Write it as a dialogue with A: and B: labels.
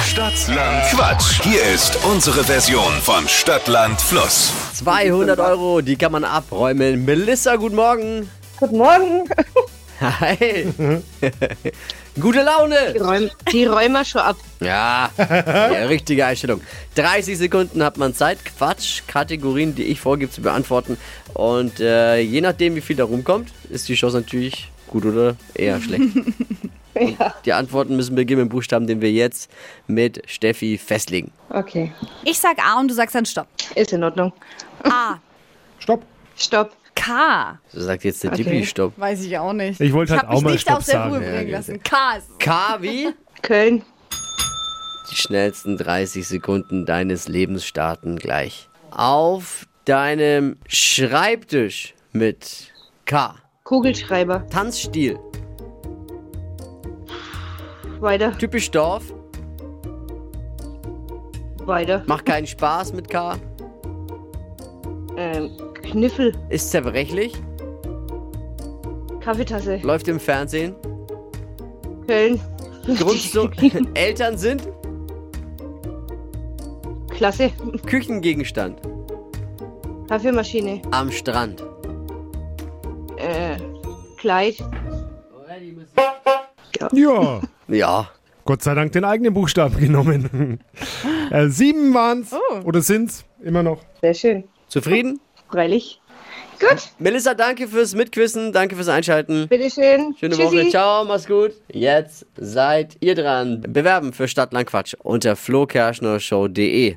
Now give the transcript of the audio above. A: Stadtland Quatsch. Hier ist unsere Version von Stadtland Fluss.
B: 200 Euro, die kann man abräumen. Melissa, guten Morgen.
C: Guten Morgen.
B: Hi. Gute Laune.
D: Die räum- die räumen wir schon ab.
B: Ja, ja, richtige Einstellung. 30 Sekunden hat man Zeit, Quatsch, Kategorien, die ich vorgebe, zu beantworten. Und äh, je nachdem, wie viel da rumkommt, ist die Chance natürlich gut oder eher schlecht. Die Antworten müssen beginnen mit dem Buchstaben, den wir jetzt mit Steffi festlegen.
C: Okay,
E: Ich sag A und du sagst dann Stopp.
D: Ist in Ordnung.
E: A.
F: Stopp.
D: Stopp.
E: K.
B: So sagt jetzt der
D: Okay.
B: Dippi, stopp.
E: Weiß ich auch nicht.
F: Ich wollte halt
E: hab
F: auch
E: mich
F: mal
E: nicht
F: Stopp
E: aus der
F: sagen.
E: Ruhe
F: Ja,
E: bringen
F: geht.
E: lassen. K. ist-
B: K wie?
D: Köln.
B: Die schnellsten 30 Sekunden deines Lebens starten gleich. Auf deinem Schreibtisch mit K.
D: Kugelschreiber.
B: Tanzstil.
D: Weiter.
B: Typisch Dorf.
D: Weiter.
B: Macht keinen Spaß mit K.
D: Ähm, Kniffel.
B: Ist zerbrechlich.
D: Kaffeetasse.
B: Läuft im Fernsehen.
D: Köln.
B: Grundsto Eltern sind
D: Klasse.
B: Küchengegenstand.
D: Kaffeemaschine.
B: Am Strand.
D: Äh, Kleid.
F: Ja.
B: Ja.
F: Gott sei Dank den eigenen Buchstaben genommen. äh, sieben waren's.
E: Oh.
F: Oder sind's? Immer noch.
C: sehr schön.
B: Zufrieden?
D: Freilich. Gut.
B: Melissa, danke fürs Mitquissen. Danke fürs Einschalten.
D: Bitteschön.
B: Schöne
D: Tschüssi.
B: Woche. Ciao, mach's gut. Jetzt seid ihr dran. Bewerben für Stadtlandquatsch unter flokerschnershow.de.